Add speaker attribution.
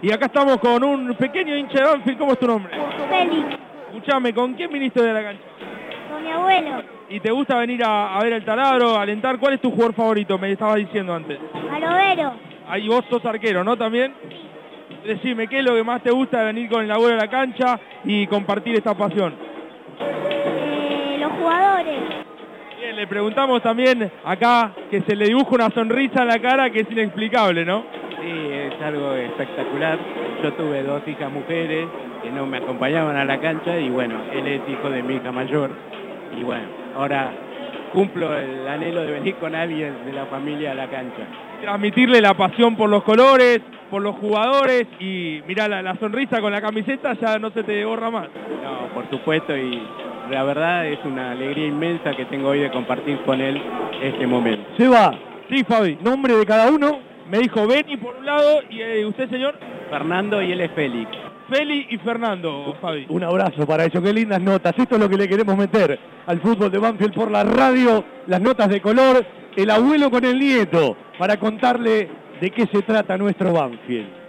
Speaker 1: Y acá estamos con un pequeño hincha de Banfield. ¿Cómo es tu nombre?
Speaker 2: Félix,
Speaker 1: Escuchame, ¿con quién viniste de la cancha?
Speaker 2: con mi abuelo,
Speaker 1: ¿Y te gusta venir a, a ver el taladro, a alentar? ¿Cuál es tu jugador favorito? Me estabas diciendo antes.
Speaker 2: Alovero,
Speaker 1: Ahí vos sos arquero, ¿no? También. Decime, ¿qué es lo que más te gusta de venir con el abuelo a la cancha y compartir esta pasión?
Speaker 2: eh, los jugadores,
Speaker 1: Bien, le preguntamos también acá que se le dibuja una sonrisa a la cara que es inexplicable, ¿no?
Speaker 3: Sí, es algo espectacular. Yo tuve dos hijas mujeres que no me acompañaban a la cancha y bueno, él es hijo de mi hija mayor. Y bueno, ahora cumplo el anhelo de venir con alguien de la familia a la cancha.
Speaker 1: Transmitirle la pasión por los colores, por los jugadores y mirá, la, la sonrisa con la camiseta ya no se te borra más.
Speaker 3: No, por supuesto, y la verdad es una alegría inmensa que tengo hoy de compartir con él este momento.
Speaker 1: Seba. Sí, Fabi. Nombre de cada uno. Me dijo Benny por un lado y eh, usted, señor,
Speaker 3: Fernando y él es Félix.
Speaker 1: Feli y Fernando, Fabi.
Speaker 4: Un abrazo para ellos, qué lindas notas. Esto es lo que le queremos meter al fútbol de Banfield por la radio, las notas de color, el abuelo con el nieto, para contarle de qué se trata nuestro Banfield.